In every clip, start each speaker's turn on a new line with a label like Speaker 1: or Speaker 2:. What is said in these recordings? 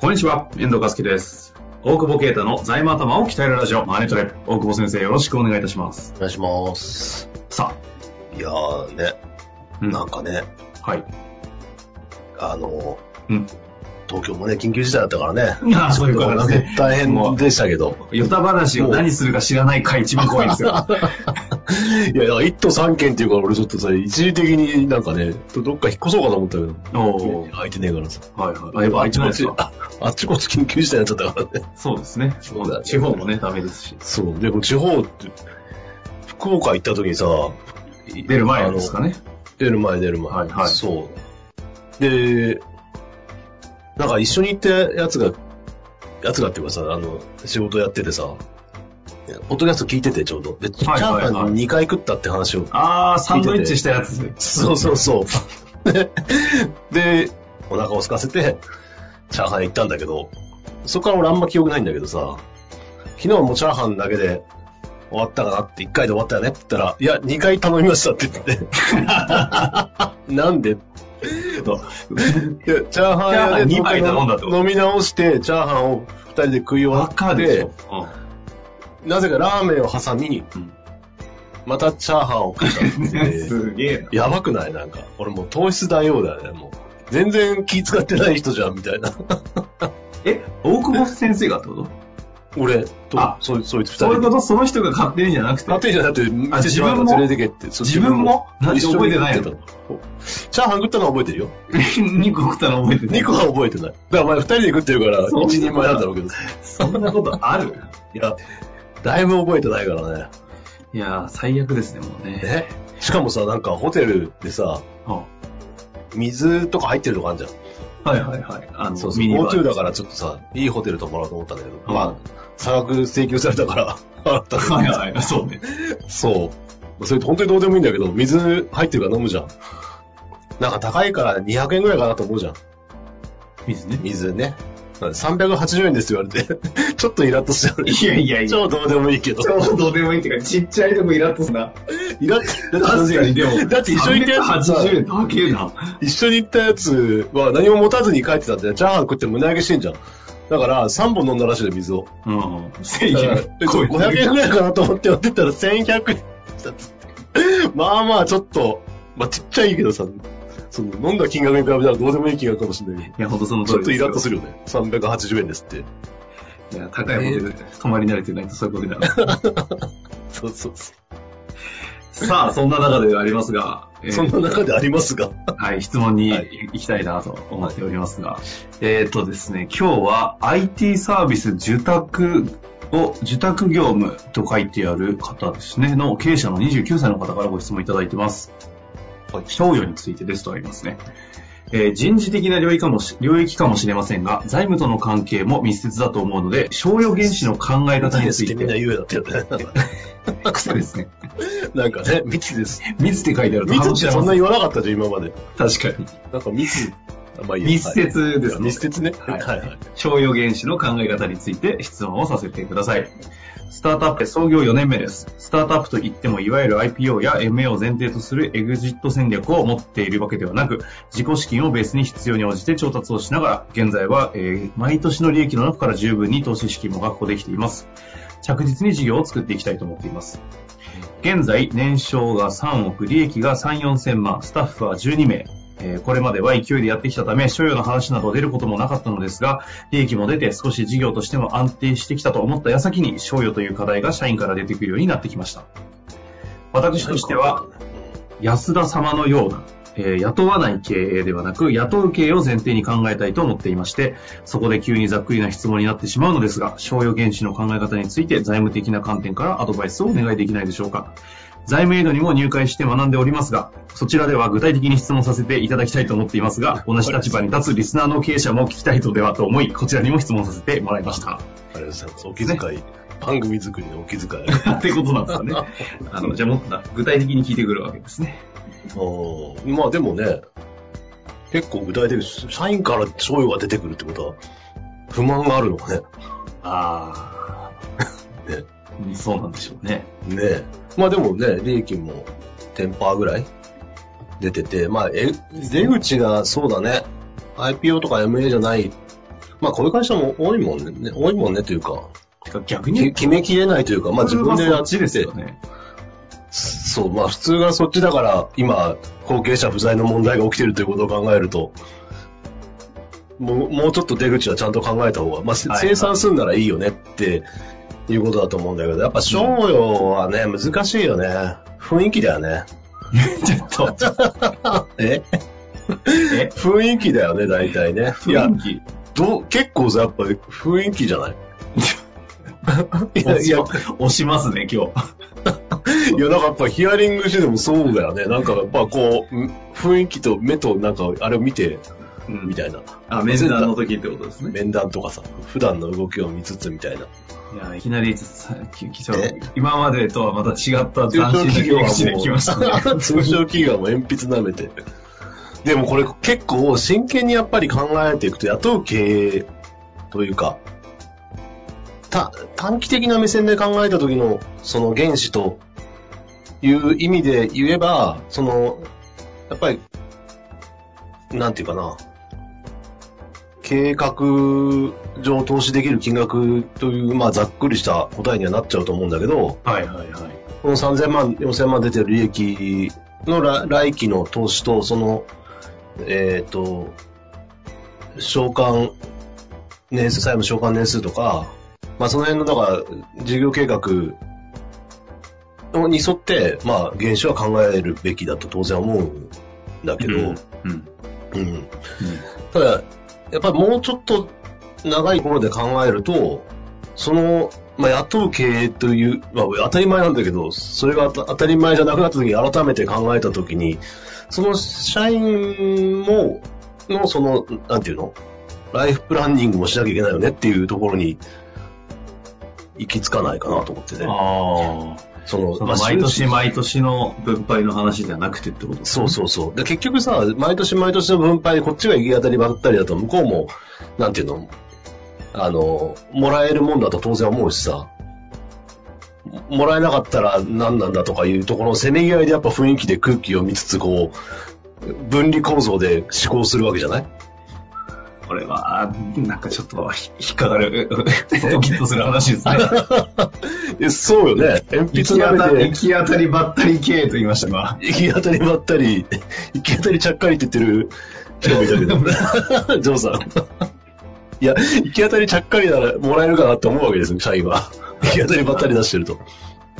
Speaker 1: こんにちは、遠藤和樹です。大久保啓太の財務頭を鍛えるラジオ、マネトレ。大久保先生、よろしくお願いいたします。
Speaker 2: お願いします。
Speaker 1: さ
Speaker 2: いやーね、
Speaker 1: あ、うん、
Speaker 2: な
Speaker 1: は
Speaker 2: んか
Speaker 1: い。
Speaker 2: ね、あの、
Speaker 1: うん
Speaker 2: 東京もね、緊急事態だったからね。
Speaker 1: ああ、そういうことですね。
Speaker 2: 大変でしたけど。
Speaker 1: ヨタ話を何するか知らない回一番怖いんですよ。
Speaker 2: いや、だから一都三県っていうから俺ちょっとさ、一時的になんかね、どっか引っ越そうかと思ったけど、
Speaker 1: おー
Speaker 2: 空いてねえからさ。
Speaker 1: はいはい。あ、やっぱあっちなんですか。
Speaker 2: ああっちこっち緊急事態になっちゃったからね。
Speaker 1: そうですね。
Speaker 2: そうだね
Speaker 1: 地方もね、ダメですし。
Speaker 2: そう。で、こう地方って、福岡行った時にさ、
Speaker 1: 出る前ですかね。
Speaker 2: 出る前出る前。
Speaker 1: はいはい
Speaker 2: そう。で、なんか一緒に行ったやつが、やつがっていうかさ、あの、仕事やっててさ、ポッドキャスト聞いててちょうど。で、チャ
Speaker 1: はい
Speaker 2: ー
Speaker 1: はいはい
Speaker 2: ハン2回食ったって話を。
Speaker 1: ああ、サンドイッチしたやつ。
Speaker 2: そうそうそう。 でで、お腹を空かせて、チャーハン行ったんだけど、そこから俺あんま記憶ないんだけどさ、昨日もチャーハンだけで終わったかなって、1回で終わったよねって言ったら、いや、2回頼みましたって言ってて。 なんでといやチャーハン
Speaker 1: チャーハ
Speaker 2: 屋で
Speaker 1: ン二杯頼んだってこと
Speaker 2: 飲み直して、チャーハンを2人で食い終わ
Speaker 1: バカ
Speaker 2: っ
Speaker 1: でしょ
Speaker 2: て、。なぜかラーメンを挟み、
Speaker 1: うん
Speaker 2: またチャーハンを食ったって言って
Speaker 1: うん
Speaker 2: て
Speaker 1: すげえな。
Speaker 2: やばくないなんか。俺もう糖質大王だよね、もう。全然気使ってない人じゃん、みたいな。
Speaker 1: え、大久保先生がってこと
Speaker 2: 俺と
Speaker 1: あ、
Speaker 2: そう、そういつ二
Speaker 1: そういうこ
Speaker 2: 人。
Speaker 1: と、その人が勝手にじゃなくて。
Speaker 2: あてじゃなくて、
Speaker 1: あ
Speaker 2: 店しばらく連れてけって。そう
Speaker 1: 自分もなんで
Speaker 2: 一緒に
Speaker 1: 覚えてないの
Speaker 2: 行ってたのチャーハン食ったのは覚えてるよ。
Speaker 1: 2個食ったの覚えてない
Speaker 2: 2個は覚えてない。だからお前二人で食ってるから、
Speaker 1: そう
Speaker 2: 一人前なんだろうけど。
Speaker 1: そんなことある
Speaker 2: いや、だいぶ覚えてないからね。
Speaker 1: いやー、最悪ですね、もうね。
Speaker 2: えしかもさ、なんかホテルでさ、
Speaker 1: あ
Speaker 2: 水とか入ってるとこあるじゃん。
Speaker 1: はいはいはい。あの、
Speaker 2: そうそう。
Speaker 1: ミニバー
Speaker 2: GoTo だからちょっとさ、いいホテル泊まろうと思ったんだけど、
Speaker 1: うん
Speaker 2: まあ、差額請求されたから、 払ったの
Speaker 1: はいはい、 そうね。
Speaker 2: そう。それって本当にどうでもいいんだけど、水入ってるから飲むじゃん。なんか高いから200円ぐらいかなと思うじゃん。
Speaker 1: 水ね。
Speaker 2: 水ね。なんで380円です って言われて、ちょっとイラッとしちゃうね。
Speaker 1: いやいやいや
Speaker 2: 超どうでもいいけど。
Speaker 1: うどうでもいいっていうか、ちっちゃいとこイラッとすな。
Speaker 2: イラッと
Speaker 1: 確かに、でも。
Speaker 2: だって一緒に行ったやつさ
Speaker 1: 380円高えな。
Speaker 2: 一緒に行ったやつは何も持たずに帰ってたんで、チャーハン食って胸揚げしてんじゃん。だから3本飲んだらしいで、水を。
Speaker 1: うん。1000
Speaker 2: だから
Speaker 1: 円超えて
Speaker 2: 500円
Speaker 1: る。
Speaker 2: ぐらいかなと思ってやってたら1100円したっつって。まあまあちょっと、まあちっちゃいけどさ、その飲んだ金額に比べたらどうでもいい金額かもしれない
Speaker 1: い
Speaker 2: け
Speaker 1: や、ほんとその通
Speaker 2: ど、ちょっ
Speaker 1: り
Speaker 2: と
Speaker 1: です
Speaker 2: イ
Speaker 1: よ
Speaker 2: ラッとするよね。380円ですって。
Speaker 1: いや、高いホテルで泊まり慣れてないとそういうことだな。
Speaker 2: そうそうそ
Speaker 1: さあ、そんな中ではありますが、え
Speaker 2: う。
Speaker 1: ー
Speaker 2: そんな中でありますが。
Speaker 1: はい、質問に
Speaker 2: はい
Speaker 1: 行きたいなと思っておりますが、えっ、とですね、今日は IT サービス受託を、受託業務と書いてある方ですね、の経営者の29歳の方からご質問いただいてます。
Speaker 2: はい
Speaker 1: 賞与についてですとありますね。えー人事的な領域かもし領域かもしれませんが、財務との関係も密接だと思うので、賞与原資の考え方
Speaker 2: いい
Speaker 1: に
Speaker 2: で
Speaker 1: つ
Speaker 2: すっ
Speaker 1: い
Speaker 2: てみんな
Speaker 1: て、
Speaker 2: 言うようになってるね。
Speaker 1: 癖ですね。
Speaker 2: なんかね、密です。
Speaker 1: 密って書いてあると
Speaker 2: 密
Speaker 1: 反
Speaker 2: っ
Speaker 1: 応しちゃい
Speaker 2: てそ
Speaker 1: ま
Speaker 2: ん
Speaker 1: す
Speaker 2: な言わなかったじゃん、今まで。
Speaker 1: 確かに。
Speaker 2: なんか密、あまあいいや
Speaker 1: 密接です
Speaker 2: はい
Speaker 1: ね
Speaker 2: 密接ね。
Speaker 1: は
Speaker 2: はいいはい。
Speaker 1: 商用原資の考え方について質問をさせてください。スタートアップで創業4年目です。スタートアップといってもいわゆる IPO や MA を前提とするエグジット戦略を持っているわけではなく、自己資金をベースに必要に応じて調達をしながら、現在は、えー毎年の利益の中から十分に投資資金も確保できています。着実に事業を作っていきたいと思っています。現在、年商が3億、利益が3、4千万、スタッフは12名。えーこれまでは勢いでやってきたため、所与の話など出ることもなかったのですが、利益も出て少し事業としても安定してきたと思った矢先に、賞与という課題が社員から出てくるようになってきました。私としては、安田様のような、えー雇わない経営ではなく、雇う経営を前提に考えたいと思っていまして、そこで急にざっくりな質問になってしまうのですが、商用原資の考え方について財務的な観点からアドバイスをお願いできないでしょうか。財務エイドにも入会して学んでおりますが、そちらでは具体的に質問させていただきたいと思っていますが、同じ立場に立つリスナーの経営者も聞きたいのではと思い、こちらにも質問させてもらいました。
Speaker 2: ありがとうございます。お気遣い、番組作りのお気遣い。
Speaker 1: ってことなんですかね。あの、じゃあもっと具体的に聞いてくるわけですね。
Speaker 2: うんまあでもね、結構具体的です。社員から賞与が出てくるってことは、不満があるのかね。
Speaker 1: あ
Speaker 2: ね
Speaker 1: あ、そうなんでしょうね。
Speaker 2: ねえ。まあでもね、利益も10%ぐらい出てて、まあ、え出口がそうだね、IPO とか MA じゃない、まあこういう会社も多いもんね、多いもんねというか、
Speaker 1: てか逆
Speaker 2: き
Speaker 1: に、
Speaker 2: 決めきれないというか、まあ自分でや
Speaker 1: あ
Speaker 2: っ
Speaker 1: っち
Speaker 2: て
Speaker 1: です
Speaker 2: て
Speaker 1: よ、ね。
Speaker 2: そう、まあ普通がそっちだから、今、後継者不在の問題が起きてるということを考えると、もうもうちょっと出口はちゃんと考えた方が、まあ、せ
Speaker 1: はいはい
Speaker 2: 生産するならいいよねっていうことだと思うんだけど、やっぱ商用はね、難しいよね。雰囲気だよね。
Speaker 1: ちょっと、
Speaker 2: え
Speaker 1: え
Speaker 2: 雰囲気だよね、大体ね。いや
Speaker 1: 雰、囲
Speaker 2: どう結構さ、やっぱり雰囲気じゃない
Speaker 1: 気、
Speaker 2: い
Speaker 1: 押
Speaker 2: や、い
Speaker 1: し
Speaker 2: や、
Speaker 1: 押しますね、今日。
Speaker 2: いや、なんかやっぱヒアリングしてでもそうだよね。なんかやっぱこう、ん雰囲気と目となんかあれを見て、
Speaker 1: うん
Speaker 2: みたいな。
Speaker 1: あ、面談の時ってことですね。
Speaker 2: 面談とかさ、普段の動きを見つつみたいな。
Speaker 1: いや、いきなり、さききちょ
Speaker 2: え
Speaker 1: 今までとはまた違った
Speaker 2: 中小
Speaker 1: 斬新な
Speaker 2: 企
Speaker 1: 切
Speaker 2: 業
Speaker 1: り
Speaker 2: は
Speaker 1: 口で来ましたね。
Speaker 2: もう、中小企業はもう鉛筆舐めて。でもこれ結構真剣にやっぱり考えていくと雇う経営というか、た短期的な目線で考えた時のその原資という意味で言えば、その、やっぱり、なんていうかな、計画上投資できる金額という、まあざっくりした答えにはなっちゃうと思うんだけど、
Speaker 1: はいはいはい。
Speaker 2: この3000万、4000万出てる利益の来来期の投資と、その、えっ、と、償還年数、債務償還年数とか、まあその辺の、だから、事業計画に沿って、まあ、原資は考えるべきだと当然思うんだけど、
Speaker 1: うんうん。
Speaker 2: うん、ただ、やっぱりもうちょっと長い頃で考えると、その、まあ、雇う経営という、まあ、当たり前なんだけど、それが当た当たり前じゃなくなった時に改めて考えた時に、その社員も、のその、なんていうのライフプランニングもしなきゃいけないよねっていうところに、行き着かないかなと思ってね。
Speaker 1: ああ。
Speaker 2: その、
Speaker 1: その
Speaker 2: まあ
Speaker 1: 毎年毎年の分配の話じゃなくてってことです
Speaker 2: そうそうそう。で結局さ、毎年毎年の分配でこっちが行き当たりばったりだと、向こうも、なんていうの、あの、もらえるもんだと当然思うしさ、もらえなかったら何なんだとかいうところのせめぎ合いでやっぱ雰囲気で空気を見つつ、こう、分離構造で思考するわけじゃない
Speaker 1: これは、なんかちょっとひ引っかかる、ドキッとする話ですね。
Speaker 2: えそうよね。鉛筆舐めて
Speaker 1: 行き当たりばったり系と言いましたが。
Speaker 2: 行き当たりばったり、行き当たりちゃっかりって言ってる人もいたけど、ジョーさん。いや、行き当たりちゃっかりならもらえるかなって思うわけですよ、社員は。行き当たりばったり出してると。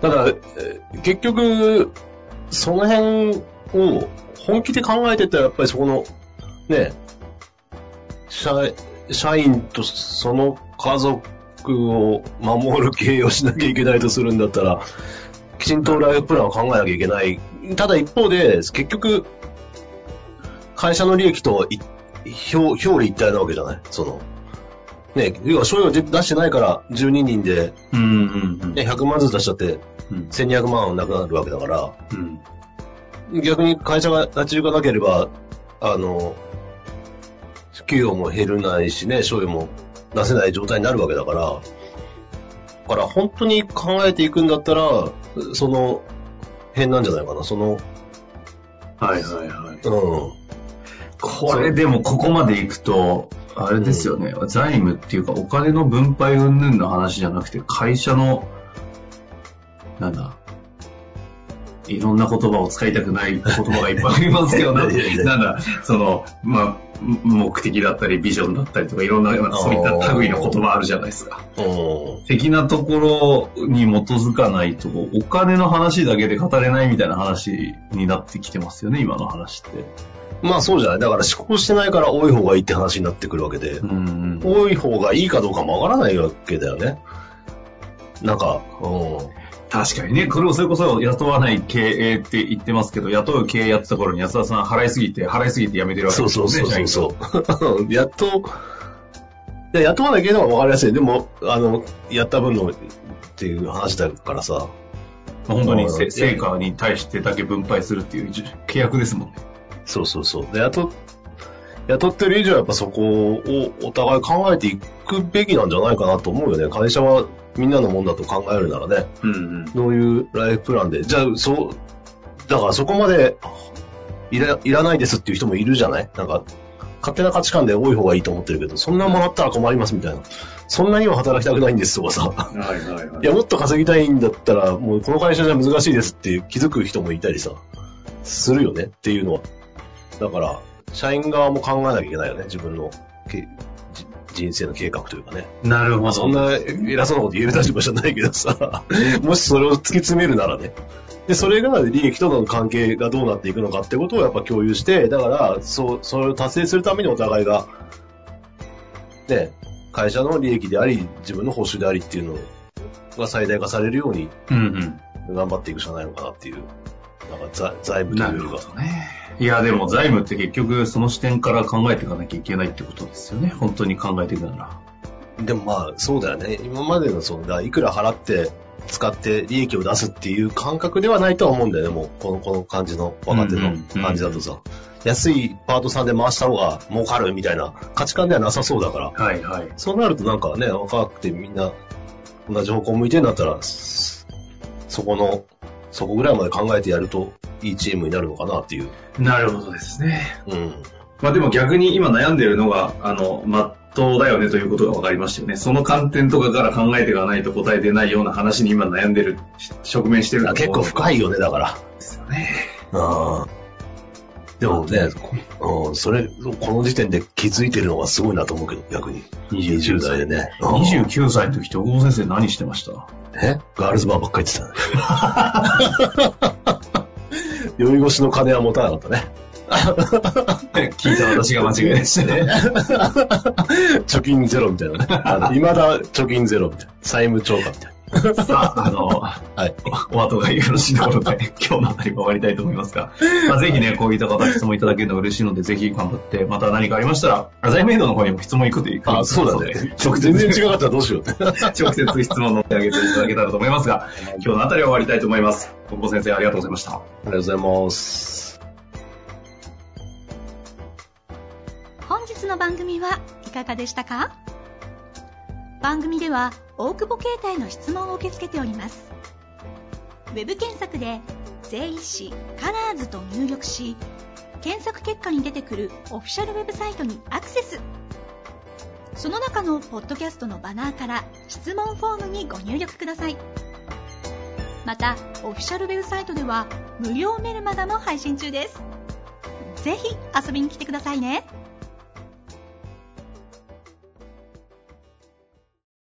Speaker 2: ただ、えー結局、その辺を本気で考えてったら、やっぱりそこの、ね、社社員とその家族を守る経営をしなきゃいけないとするんだったら、きちんとライフプランを考えなきゃいけない。ただ一方で、結局、会社の利益とい表表裏一体なわけじゃないその、ね、要は、商用出してないから、12人で、
Speaker 1: うんうんうん
Speaker 2: ね、100万ずつ出しちゃって、
Speaker 1: うん。
Speaker 2: 1200万はなくなるわけだから、
Speaker 1: うん。
Speaker 2: 逆に会社が立ち行かなければ、あの、給与も減らないしね、賞与も出せない状態になるわけだから、だから本当に考えていくんだったら、その辺なんじゃないかな、その、
Speaker 1: はいはいはい。
Speaker 2: うん。
Speaker 1: これでもここまで行くと、あれですよね、財務っていうかお金の分配云々の話じゃなくて、会社の、なんだ、いろんな言葉を使いたくない言葉がいっ ぱいありますよ
Speaker 2: いやいや
Speaker 1: ね。
Speaker 2: いや
Speaker 1: なんだ、その、まあ、目的だったり、ビジョンだったりとか、いろんな、そういった類の言葉あるじゃないですか。
Speaker 2: うん。
Speaker 1: 的なところに基づかないと、お金の話だけで語れないみたいな話になってきてますよね、今の話って。
Speaker 2: まあそうじゃない。だから思考してないから多い方がいいって話になってくるわけで
Speaker 1: う、ん。
Speaker 2: 多い方がいいかどうかもわからないわけだよね。なんか、うん。
Speaker 1: 確かにね、これをそれこそ雇わない経営って言ってますけど、雇う経営やってた頃に安田さん払いすぎて、払いすぎて辞めてるわけ
Speaker 2: そ
Speaker 1: で
Speaker 2: う
Speaker 1: す
Speaker 2: そう
Speaker 1: ね。
Speaker 2: そうそう
Speaker 1: 社員
Speaker 2: そうやっと、いや雇わなければ分かりやすい。でも、あの、やった分のっていう話だからさ。
Speaker 1: まあ本当に
Speaker 2: う
Speaker 1: せ
Speaker 2: ん
Speaker 1: 成果に対してだけ分配するっていうじ契約ですもんね。
Speaker 2: そうそうそう。で、雇、雇ってる以上はやっぱそこをお互い考えていくべきなんじゃないかなと思うよね。会社はみんなのもんだと考えるならね。
Speaker 1: うんうん。
Speaker 2: どういうライフプランで。じゃあ、そう、だからそこまでいらいらないですっていう人もいるじゃないなんか、勝手な価値観で多い方がいいと思ってるけど、そんなもらったら困りますみたいな。そんなには働きたくないんですとかさ。
Speaker 1: はいはいはい
Speaker 2: や、もっと稼ぎたいんだったら、もうこの会社じゃ難しいですっていう気づく人もいたりさ、するよねっていうのは。だから、社員側も考えなきゃいけないよね。自分のけじ人生の計画というかね。
Speaker 1: い。なるほ
Speaker 2: ま
Speaker 1: ど。
Speaker 2: あそんな偉そうなこと言える立場じゃないけどさ、もしそれを突き詰めるならね。で、それが利益との関係がどうなっていくのかってことをやっぱ共有して、だから、そう、それを達成するためにお互いが、ね、会社の利益であり、自分の報酬でありっていうのが最大化されるように
Speaker 1: うん
Speaker 2: 頑張っていくしかないのかなっていう、なんか財財
Speaker 1: うん。
Speaker 2: 務と
Speaker 1: な
Speaker 2: いう
Speaker 1: る
Speaker 2: より
Speaker 1: ほ
Speaker 2: は。
Speaker 1: どね。いや、でも財務って結局その視点から考えていかなきゃいけないってことですよね。本当に考えていくなら。
Speaker 2: でもまあ、そうだよね。今までの、その、だいくら払って、使って利益を出すっていう感覚ではないとは思うんだよね、もう。この、この感じの、若手の感じだとさ。安いパートさんで回した方が儲かるみたいな価値観ではなさそうだから。
Speaker 1: はいはい。
Speaker 2: そうなるとなんかね、若くてみんな同じ方向向いてんだったら、そそこの、そこぐらいまで考えてやるといいチームになるのかなっていう。
Speaker 1: なるほどですね。
Speaker 2: うん。
Speaker 1: まあでも逆に今悩んでるのが、あの、まっとうだよねということが分かりましたよね。その観点とかから考えていかないと答え出ないような話に今悩んでる、し直面してる
Speaker 2: あ結構深
Speaker 1: い
Speaker 2: いよね、だから。
Speaker 1: ですよね。
Speaker 2: ああ。でもね、こうん、それ、この時点で気づいてるのがすごいなと思うけど、逆に。20代でね。うん
Speaker 1: 29歳の時、徳郷先生何してました
Speaker 2: えガールズバーばっかり言ってたね。酔い越しの金は持たなかったね。
Speaker 1: 聞いた私が間違いでしたね。
Speaker 2: 貯金ゼロみたいなね。あの未だ貯金ゼロみたいな。債務超過みたい
Speaker 1: さあ、あの、
Speaker 2: な。はい。
Speaker 1: お後がよろしいところで、 今日のあたりも終わりたいと思いますが、まあ、ぜひね、こういった方、質問いただけるの嬉しいので、ぜひ頑張って、また何かありましたら、アザイメイドの方にも質問行くという
Speaker 2: あ、そうだね。
Speaker 1: 直
Speaker 2: 全然
Speaker 1: 接、
Speaker 2: 違かったらどうしようね。
Speaker 1: 直接質問を乗ってあげていただけたらと思いますが、今日のあたりは終わりたいと思います。本郷先生、ありがとうございました。
Speaker 2: ありがとうございます。
Speaker 3: 本日の番組はいかがでしたか番組では大久保携帯の質問を受け付けておりますウェブ検索で「税理士カラーズと入力し検索結果に出てくるオフィシャルウェブサイトにアクセスその中のポッドキャストのバナーから質問フォームにご入力くださいまたオフィシャルウェブサイトでは無料メルマガも配信中ですぜひ遊びに来てくださいね